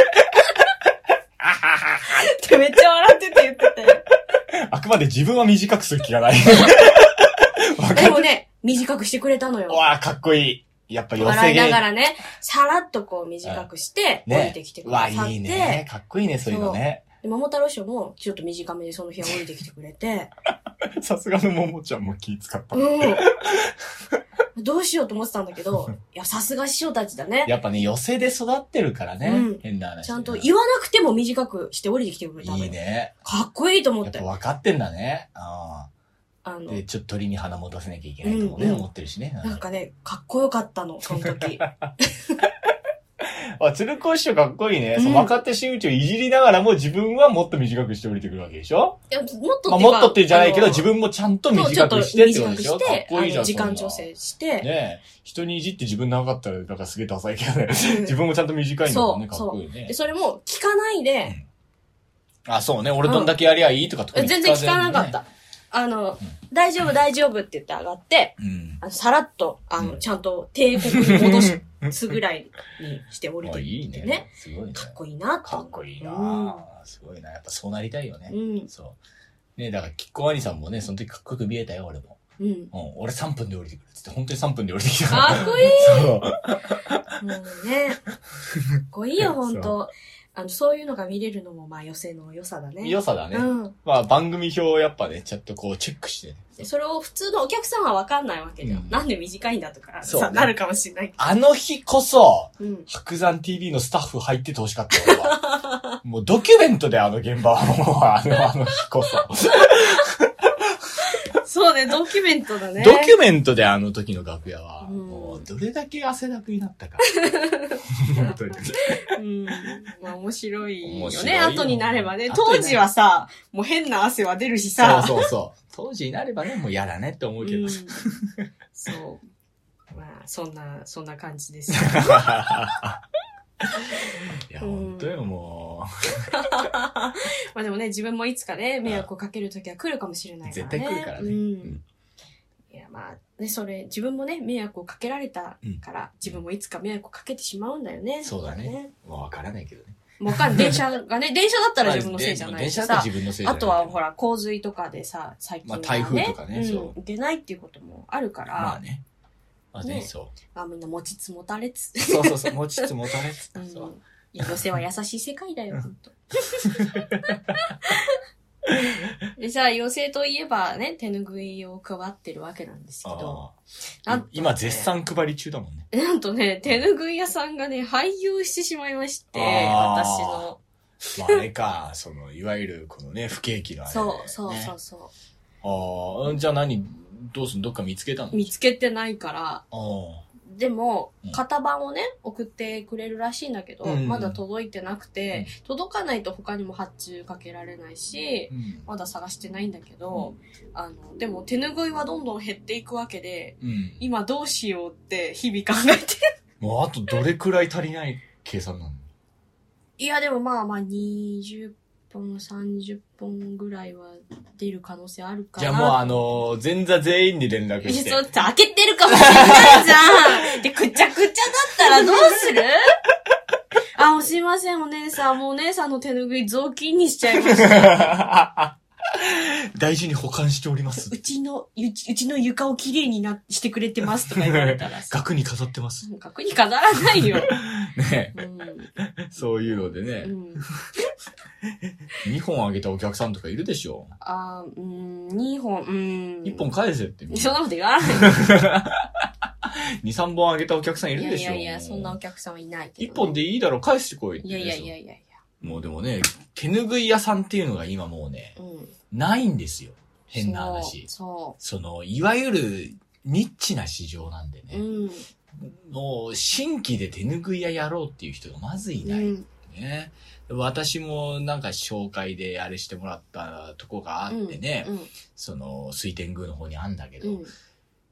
Speaker 2: てめっちゃ笑ってて言ってたよ。
Speaker 1: あくまで自分は短くする気がない。わか (laughs)
Speaker 2: で
Speaker 1: る
Speaker 2: もね、短くしてくれたのよ
Speaker 1: (laughs) う。わあかっこいい。やっぱ寄
Speaker 2: 笑
Speaker 1: せ
Speaker 2: いなが
Speaker 1: 芸。
Speaker 2: らね、 (laughs) さらっとこう短くして、降
Speaker 1: ね
Speaker 2: りてきてく
Speaker 1: う
Speaker 2: だ
Speaker 1: わ、
Speaker 2: さっ
Speaker 1: いい
Speaker 2: て、
Speaker 1: ね。かっこいいね、そういうのね。
Speaker 2: で桃太郎師匠もちょっと短めでその日は降りてきてくれて、
Speaker 1: (laughs) さすがのももちゃんも気使った。
Speaker 2: うん。どうしようと思ってたんだけど、
Speaker 1: (laughs)
Speaker 2: いや、さすが師匠たちだね。
Speaker 1: やっぱね、寄せで育ってるからね。
Speaker 2: うん
Speaker 1: 変な話。
Speaker 2: ちゃんと言わなくても短くして降りてきてくれたのよ。
Speaker 1: いいね。
Speaker 2: かっこいいと思
Speaker 1: や
Speaker 2: っ
Speaker 1: ったぱ
Speaker 2: よ。
Speaker 1: 分かってんだね。あ
Speaker 2: あの、
Speaker 1: で、ちょっと鳥に花も出せなきゃいけないともね、
Speaker 2: うんうん
Speaker 1: 思ってるしね。
Speaker 2: なんかね、かっこよかったの、その
Speaker 1: (laughs)
Speaker 2: 時。
Speaker 1: あ、鶴子師匠かっこいいね。
Speaker 2: うん
Speaker 1: その若手真打ちをいじりながらも自分はもっと短くして降りてくるわけでしょ
Speaker 2: いや、もっと
Speaker 1: まあ、もっとってじゃないけど、
Speaker 2: あの
Speaker 1: 自分もちゃんと
Speaker 2: そう
Speaker 1: 短くしてってことでしょ
Speaker 2: ちょっと
Speaker 1: かっ
Speaker 2: 短く
Speaker 1: こいい
Speaker 2: して
Speaker 1: じ
Speaker 2: あ
Speaker 1: ゃ
Speaker 2: の
Speaker 1: ん。
Speaker 2: 時間調
Speaker 1: そんな
Speaker 2: 整して、
Speaker 1: ねえ。人にいじって自分長かったら、だからすげえダサいけどね。
Speaker 2: うん
Speaker 1: 自分もちゃんと短いんだもんね、か
Speaker 2: そ
Speaker 1: っ
Speaker 2: うそう
Speaker 1: こいいね
Speaker 2: で。それも聞かないで、
Speaker 1: あ、そうね。俺どんだけやりゃいいとかとか
Speaker 2: 全然聞かなかっ。
Speaker 1: ね
Speaker 2: た。あの、大丈夫、大丈夫って言って上がって、
Speaker 1: うん。
Speaker 2: あのさらっと、あ
Speaker 1: う
Speaker 2: の、
Speaker 1: ん
Speaker 2: ちゃんと帝国に戻すぐらいにして降り
Speaker 1: まあ
Speaker 2: て
Speaker 1: い
Speaker 2: い
Speaker 1: い
Speaker 2: って
Speaker 1: ね
Speaker 2: ね。。
Speaker 1: すごいね。
Speaker 2: かっこいいな
Speaker 1: かっこいいなぁすごいな。やっぱそうなりたいよね
Speaker 2: う。ん。
Speaker 1: そう。ねだから、きっこ兄さんもね、その時かっこよく見えたよ、俺も。
Speaker 2: うん。
Speaker 1: うん、俺3分で降りてくるっつって、本当に3分で降りてきたから。
Speaker 2: かっこいい
Speaker 1: そう。
Speaker 2: もうね。かっこいい
Speaker 1: (laughs)
Speaker 2: よ、ほんと。あの、そういうのが見れるのも、まあ、寄せの良さだね。
Speaker 1: 良さだね。
Speaker 2: うん。
Speaker 1: まあ、番組表をやっぱね、ちゃんとこう、チェックしてね。
Speaker 2: でそれを普通のお客さんは分かんないわけじゃん。
Speaker 1: うん
Speaker 2: なんで短いんだとか、
Speaker 1: そう
Speaker 2: さ、なるかもしれない。
Speaker 1: あの日こそ、 (laughs)
Speaker 2: うん。
Speaker 1: 白山 TV のスタッフ入っててほしかったよ、俺は。もうドキュメントであの現場はもう、あの、あの日こそ。
Speaker 2: そうね、ドキュメントだね。
Speaker 1: ドキュメントであの時の楽屋は、
Speaker 2: うん
Speaker 1: もうどれだけ汗だくにな
Speaker 2: (laughs)
Speaker 1: ったか。本当に。
Speaker 2: うん。まあ面白いよ
Speaker 1: 面白い
Speaker 2: ね。
Speaker 1: よ
Speaker 2: 後になればね。
Speaker 1: 後にな
Speaker 2: 当時はさ、もう変な汗は出るし
Speaker 1: そう
Speaker 2: さ。
Speaker 1: そうそう。当時になればね、もうやらねって思うけ (laughs) ど。
Speaker 2: うんそう。まあ、そんな、そんな感じです。
Speaker 1: いや、
Speaker 2: うん
Speaker 1: 本当よ、も
Speaker 2: まあでもね、自分もいつかね、迷惑をかける時は来るかもしれないから
Speaker 1: 絶
Speaker 2: ね。
Speaker 1: 対来るからね
Speaker 2: うん
Speaker 1: ん
Speaker 2: いや、まあ、ね、それ、自分もね、迷惑をかけられたから、自分もいつか迷惑をかけてしまうんだよね。
Speaker 1: そうだね。う、もうわからないけどね。
Speaker 2: もうわかんない電車がね、電車だったら自分のせいじゃ
Speaker 1: まあ
Speaker 2: ない
Speaker 1: 電
Speaker 2: し
Speaker 1: 車だっ
Speaker 2: さ
Speaker 1: て。自分のせいじゃ
Speaker 2: あ
Speaker 1: ない。
Speaker 2: とはほら、洪水とかでさ、最近は、ね。
Speaker 1: まあ台風とかね
Speaker 2: うん
Speaker 1: そ。
Speaker 2: いけないっていうこともあるから、
Speaker 1: ま
Speaker 2: ま
Speaker 1: あ
Speaker 2: あ、
Speaker 1: ね。まあね、
Speaker 2: ね
Speaker 1: そ
Speaker 2: みんな持ちつ持たれつ
Speaker 1: う。。 (laughs) そうそうそう、持ちつ持たれつ
Speaker 2: う
Speaker 1: だ
Speaker 2: ん
Speaker 1: そう。。
Speaker 2: いや女性は優しい世界だよ、ほ
Speaker 1: (laughs)
Speaker 2: んと。でさ、妖精といえばね、手ぬぐいを配ってるわけなんですけど、
Speaker 1: あ
Speaker 2: な
Speaker 1: あ
Speaker 2: んとね
Speaker 1: 今絶賛配り中だも
Speaker 2: (laughs)
Speaker 1: んね。
Speaker 2: なんとね、手ぬぐい屋さんがね、廃業してしまいまして、
Speaker 1: あー
Speaker 2: 私の。
Speaker 1: まああれか、その、いわゆるこのね、不景気のあれだよね
Speaker 2: そう、そう、そう、そ
Speaker 1: あ
Speaker 2: う。
Speaker 1: あ、じゃあ何、どうすんどっか見つけたの
Speaker 2: 見つけてないから、
Speaker 1: ああ。
Speaker 2: でも
Speaker 1: うん、
Speaker 2: 型番をね、送ってくれるらしいんだけど、
Speaker 1: うん
Speaker 2: まだ届いてなくて、届かないと他にも発注かけられないし、
Speaker 1: うん。
Speaker 2: まだ探してないんだけど、あの、でも手ぬぐいはどんどん減っていくわけで、
Speaker 1: うん。
Speaker 2: 今どうしようって日々考え
Speaker 1: (laughs)
Speaker 2: てる。
Speaker 1: もうあとどれくらい足りない計算なの
Speaker 2: いや、でもまあまあ20本、30本ぐらいは出る可能性あるか
Speaker 1: じ
Speaker 2: な。
Speaker 1: ゃあもうあのー、前座全員に連絡
Speaker 2: いや
Speaker 1: して。
Speaker 2: そう、開けてるかもしれないじゃん。で、くちゃくちゃだったらどうするあ、もうすいません、お姉さん。もうお姉さんの手ぬぐい雑巾にしちゃい
Speaker 1: (laughs)
Speaker 2: まし
Speaker 1: (laughs)
Speaker 2: た。
Speaker 1: 大事に保管しております
Speaker 2: う。ちの、うちうちの床をきれいになしてくれてますとか言われた
Speaker 1: (laughs)
Speaker 2: らさ。
Speaker 1: 額に飾ってます。
Speaker 2: 額に飾らな
Speaker 1: (laughs)
Speaker 2: いよ。
Speaker 1: ね
Speaker 2: うん。
Speaker 1: そういうので
Speaker 2: う
Speaker 1: ね、
Speaker 2: ん。
Speaker 1: 2本あげたお客さんとかいるでしょ。
Speaker 2: あーうん、2本、うん。
Speaker 1: 1本返せってみん
Speaker 2: そん
Speaker 1: な。
Speaker 2: なこと言わない。
Speaker 1: 2、3本あげたお客さんい
Speaker 2: い
Speaker 1: る
Speaker 2: や
Speaker 1: で
Speaker 2: い
Speaker 1: しょ。
Speaker 2: やいや、そんなお客さんはいないけ
Speaker 1: 1
Speaker 2: ど。
Speaker 1: 本でいいだろ、返してこいって
Speaker 2: い
Speaker 1: 言
Speaker 2: や
Speaker 1: うで
Speaker 2: いや
Speaker 1: しょ
Speaker 2: いやいやいや。
Speaker 1: もうでもね、手ぬぐい屋さんっていうのが今もうね、
Speaker 2: うん。
Speaker 1: ないんですよ。変な話。
Speaker 2: そ
Speaker 1: その、いわゆる、ニッチな市場なんで
Speaker 2: う。そう。
Speaker 1: ね、
Speaker 2: うん。
Speaker 1: もう、新規で手ぬぐい屋やろうっていう人がまずいな
Speaker 2: う
Speaker 1: い。
Speaker 2: ん。
Speaker 1: ね。私もなんか紹介であれしてもらったとこがあってね、
Speaker 2: うん。
Speaker 1: その水天宮の方にあんだけ
Speaker 2: う
Speaker 1: ど、
Speaker 2: ん。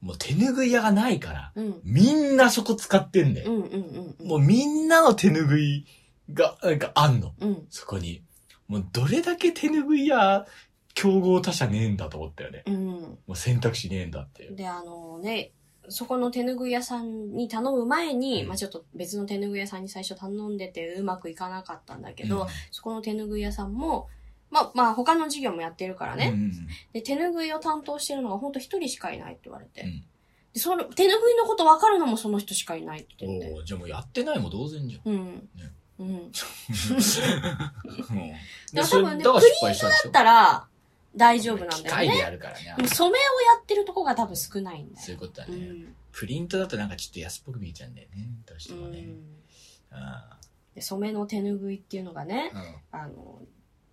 Speaker 1: もう手ぬぐい屋がないから、
Speaker 2: うん。
Speaker 1: みんなそこ使ってんだ
Speaker 2: う
Speaker 1: よ。
Speaker 2: ん。うん。うん。
Speaker 1: もうみんなの手ぬぐいが、なんかあんの。
Speaker 2: うん。
Speaker 1: そこに。もうどれだけ手ぬぐい屋、競合他社ねえんだと思ったよね。
Speaker 2: うん。
Speaker 1: もう選択肢ねえんだっていう。
Speaker 2: で、あのね、そこの手ぬぐい屋さんに頼む前に、
Speaker 1: うん
Speaker 2: まあちょっと別の手ぬぐい屋さんに最初頼んでてうまくいかなかったんだけど、
Speaker 1: うん
Speaker 2: そこの手ぬぐい屋さんも、まあまあ他の事業もやってるからね、
Speaker 1: うんうんうん
Speaker 2: で、手ぬぐいを担当してるのが本当一人しかいないって言われて。
Speaker 1: うん
Speaker 2: で、その、手ぬぐいのこと分かるのもその人しかいないって言って。
Speaker 1: おーじゃあもうやってないも同然じゃん。
Speaker 2: うん。
Speaker 1: ね
Speaker 2: うん。だ
Speaker 1: うん
Speaker 2: でも
Speaker 1: それ
Speaker 2: 多分ね
Speaker 1: だから失敗したんでしょ
Speaker 2: ったら、大丈夫なん
Speaker 1: 機
Speaker 2: だよ
Speaker 1: 械で
Speaker 2: ね。
Speaker 1: やるからね
Speaker 2: で。も染めをやってるとこが多分少ないんだ
Speaker 1: そうい
Speaker 2: よ
Speaker 1: う。ことだ
Speaker 2: う
Speaker 1: ね。
Speaker 2: ん。
Speaker 1: プリントだとなんかちょっと安っぽく見えちゃうんだよね。どうして
Speaker 2: う
Speaker 1: もね。
Speaker 2: ん。
Speaker 1: あ
Speaker 2: で染めの手ぬぐいっていうのがね、
Speaker 1: あ
Speaker 2: あの、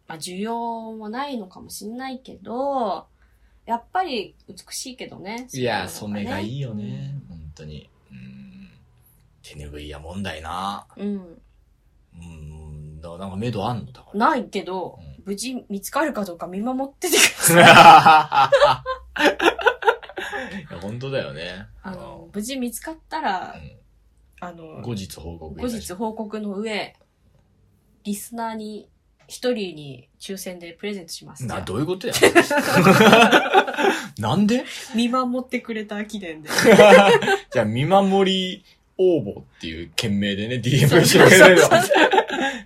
Speaker 2: まあ、需要もないのかもしんないけど、やっぱり美しいけどね。
Speaker 1: いや、染めがい
Speaker 2: い。
Speaker 1: いよね。本当に。うん。手拭いや問題な。
Speaker 2: うん。
Speaker 1: うん。だからなんか目処あんのだから。
Speaker 2: ないけど、無事見つかるかどうか見守っててください。
Speaker 1: (laughs) いや本当だよね。
Speaker 2: あの、無事見つかったら、
Speaker 1: うん
Speaker 2: あの、
Speaker 1: 後日報告い
Speaker 2: 後
Speaker 1: たします
Speaker 2: 日報告の上、リスナーに、一人に抽選でプレゼントします。
Speaker 1: な、
Speaker 2: じゃ
Speaker 1: どういう (laughs) ことやなんで
Speaker 2: あ見守ってくれた記念で。
Speaker 1: じゃあ、見守り応募っていう件名
Speaker 2: (laughs)
Speaker 1: でね、DM してくれれば。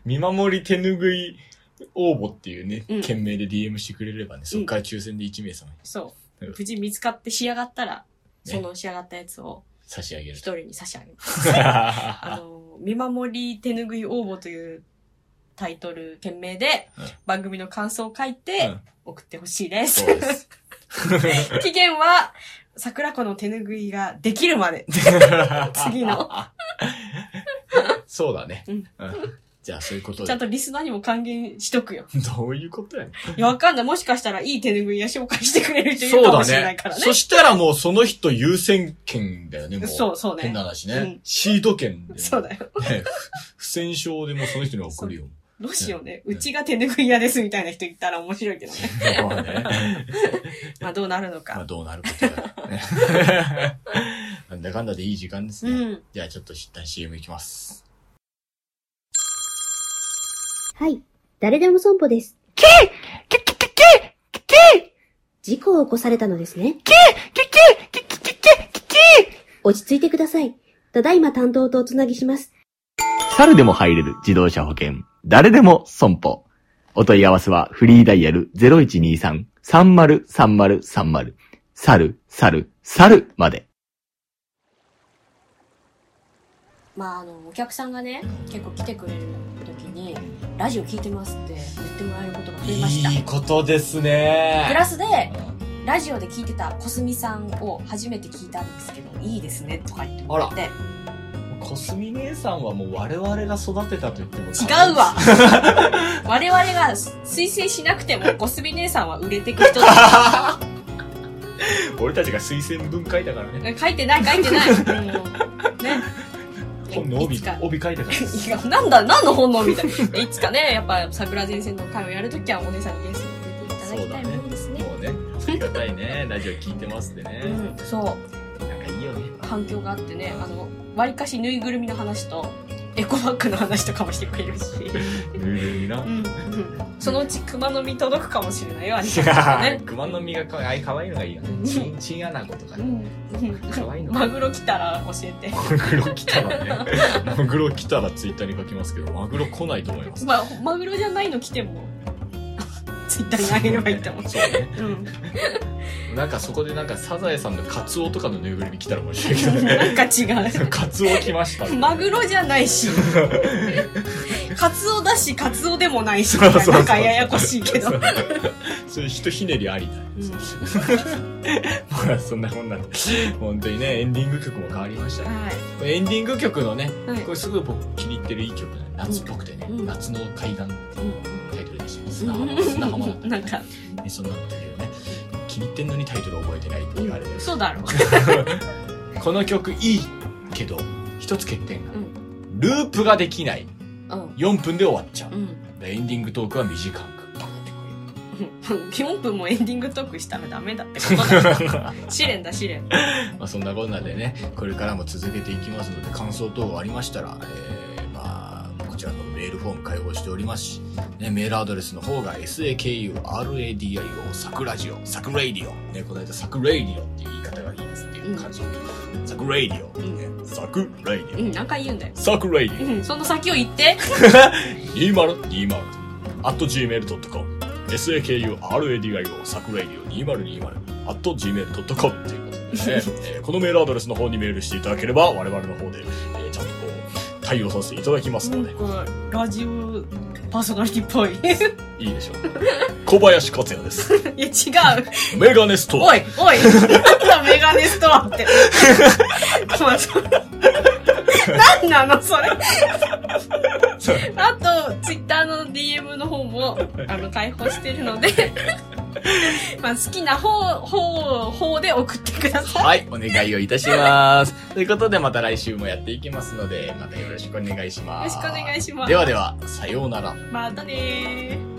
Speaker 1: 見守り手拭い応募っていうね、
Speaker 2: うん
Speaker 1: 件名で DM してくれればね、そっから抽選で1名様に
Speaker 2: そう
Speaker 1: うん。
Speaker 2: 無事見つかって仕上がったら、
Speaker 1: ね
Speaker 2: その仕上がったやつを
Speaker 1: 差し上げる
Speaker 2: 一
Speaker 1: と。
Speaker 2: 人に差し上げます。あの、見守り手拭い応募というタイトル、件名で
Speaker 1: うん
Speaker 2: 番組の感想を書いうて
Speaker 1: ん
Speaker 2: 送ってほしいで
Speaker 1: (laughs)
Speaker 2: す。
Speaker 1: そうです。
Speaker 2: (laughs) 期限は、桜子の手拭いができるまで。次の。
Speaker 1: そうだね。
Speaker 2: うん
Speaker 1: うんじゃあ、そういうこと
Speaker 2: ちゃん
Speaker 1: で。
Speaker 2: とリスナーにも還元しとくよ。
Speaker 1: どういうことやねん
Speaker 2: いや、わかんない。もしかしたらいい手拭いや紹介してくれる人い
Speaker 1: そ
Speaker 2: る
Speaker 1: う
Speaker 2: かも
Speaker 1: だ
Speaker 2: しれない
Speaker 1: ね
Speaker 2: から。ね。
Speaker 1: そしたらもうその人優先権だよね、もう。
Speaker 2: そうそうね
Speaker 1: 変な話ね。
Speaker 2: うん
Speaker 1: シード権で。
Speaker 2: そうだ
Speaker 1: ね。
Speaker 2: よ。
Speaker 1: 不戦勝でもうその人に送るよ。
Speaker 2: どうしようね。うちが手拭い屋ですみたいな人いたら面白い
Speaker 1: (laughs)
Speaker 2: けどね。
Speaker 1: まあね
Speaker 2: まあどうなるの
Speaker 1: (laughs) まあ
Speaker 2: か。
Speaker 1: どうなること (laughs) だ。なんだかんだでいい時間です
Speaker 2: う
Speaker 1: ね。
Speaker 2: ん。
Speaker 1: じゃあちょっと一旦 CM いきます。
Speaker 3: はい。誰でも損保です。
Speaker 4: キキキキ
Speaker 3: 事故を起こされたのですね。
Speaker 4: キキキキキキキ
Speaker 3: 落ち着いてください。ただいま担当とおつなぎします。
Speaker 5: 猿でも入れる自動車保険。誰でも損保。お問い合わせはフリーダイヤル0123-303030。猿、猿、猿まで。
Speaker 2: まああの、お客さんがね、結構来てくれる時に、ラジオ聞いてますって言ってもらえることが増えました。
Speaker 6: いいことです
Speaker 2: プ
Speaker 6: ね。
Speaker 2: ラスで、ラジオで聞いてたコスミさんを初めて聞いたんですけど、いいですねとか言ってもらって、
Speaker 6: コスミ姉さんはもう我々が育てたと言っても
Speaker 2: 違う
Speaker 6: (laughs)
Speaker 2: わ我々が推薦しなくても、コスミ姉さんは売れてく人だ。
Speaker 1: 俺たちが推薦文書いたからね。
Speaker 2: 書いてない書いて
Speaker 6: (laughs)
Speaker 2: ない。もうね。
Speaker 6: 本の
Speaker 2: い
Speaker 6: 帯
Speaker 2: つか、
Speaker 6: 帯書いてから。
Speaker 2: (laughs) いやなんだ、何の本能みたいな。いつかね、やっぱ桜前線の会をやるときはお姉さんにゲストに出ていただきたいもんですね。
Speaker 1: もうね、ありがたいね。ラジオ聞いてますってね。
Speaker 2: うん、そう
Speaker 1: なんかいいよね。
Speaker 2: 反響があってねあのわりかしぬいぐるみの話とエコバッグの話とかもしてくれるし、
Speaker 1: ぬいぐるみな
Speaker 2: う。んうんそのうち熊の実届くかもしれな
Speaker 1: (laughs)
Speaker 2: いよありがとうね
Speaker 1: 熊の実がかわいい、かわいいのがいいよね。チン、チンアナゴとか
Speaker 2: う
Speaker 1: ね。
Speaker 2: ん
Speaker 1: かわいいの
Speaker 2: マグロ来たら教えて、
Speaker 1: マグロ来たらね。マグロ来たらツイッターに書きますけど、マグロ来ないと思います。
Speaker 2: まあ、マグロじゃないの来ても (laughs) ツイッターにあげればいいと思う、
Speaker 1: そうね。
Speaker 2: うん、
Speaker 1: なんかそこでなんかサザエさんのカツオとかのぬいぐるみ来たら面白いけど
Speaker 2: (laughs)
Speaker 1: ね。
Speaker 2: なんか違う
Speaker 1: カツオ来ました。
Speaker 2: マグロじゃないしカツオだしカツオでもないしみたいななんかややこしいけど
Speaker 1: そうそういうひとひねりありだ。まあそんなこんなんで。本当にね、エンディング曲も変わりましたね。
Speaker 2: はい
Speaker 1: これエンディング曲のね、
Speaker 2: はい
Speaker 1: これすごい僕気に入ってるいい曲だね。夏っぽくてね、
Speaker 2: うん
Speaker 1: 夏の海岸っていうタイトルでしたね。砂浜、砂浜だった、ね。
Speaker 2: (laughs) なんか、
Speaker 1: ね、そんなんだったけどね。気に入ってんのにタイトル覚えてないって言われて。
Speaker 2: そうだろう。
Speaker 1: この曲いいけど、一つ欠点が、
Speaker 2: う
Speaker 1: ループができない。
Speaker 2: うん。
Speaker 1: 4分で終わっちゃう。
Speaker 2: うん。
Speaker 1: エンディングトークは短く。
Speaker 2: 4分もエンディングトークしたらダメだってことだよ。試練だ、試練。
Speaker 1: まあそんなこんなでね、これからも続けていきますので、感想等がありましたら、えー、まあ、こちらのメールフォーム開放しておりますし、ね、メールアドレスの方が sakuradio サクラジオ、サクレイディオ。ね、この間サクレイディオっていう言い方がいいですっていう感じ。サクレイディオ。ね、サクレイデ
Speaker 2: う
Speaker 1: ィ
Speaker 2: ん、何回言うんだよ
Speaker 1: オ。。サクレイデ
Speaker 2: う
Speaker 1: ィ
Speaker 2: ん、その先を言って。
Speaker 1: オ。2020。at gmail.com。sakuradio サクレイディオ2020。at gmail.com っていうことで (laughs) ねえーこのメールアドレスの方にメールしていただければ、我々の方で、えーちゃんとこう、対応させていただきますので、
Speaker 2: か、ラジオパーソナリティっぽい。 (laughs)
Speaker 1: いいでしょう。小林克也です。 (laughs)
Speaker 2: いや、違う。
Speaker 1: メガネスト
Speaker 2: お
Speaker 1: ア。
Speaker 2: い、おい。なんだメガネストアって。 (laughs) まあそなんなの、それ。あと、ツイッターの DM の方も、あの、開放してるので、 (laughs) まあ、好きな方、方、方で送ってください。
Speaker 1: はい、お願いをいたします。 (laughs) ということで、また来週もやっていきますので、またよろしくお願いします。
Speaker 2: よろしくお願いします
Speaker 1: ではでは、さようなら。
Speaker 2: またねー。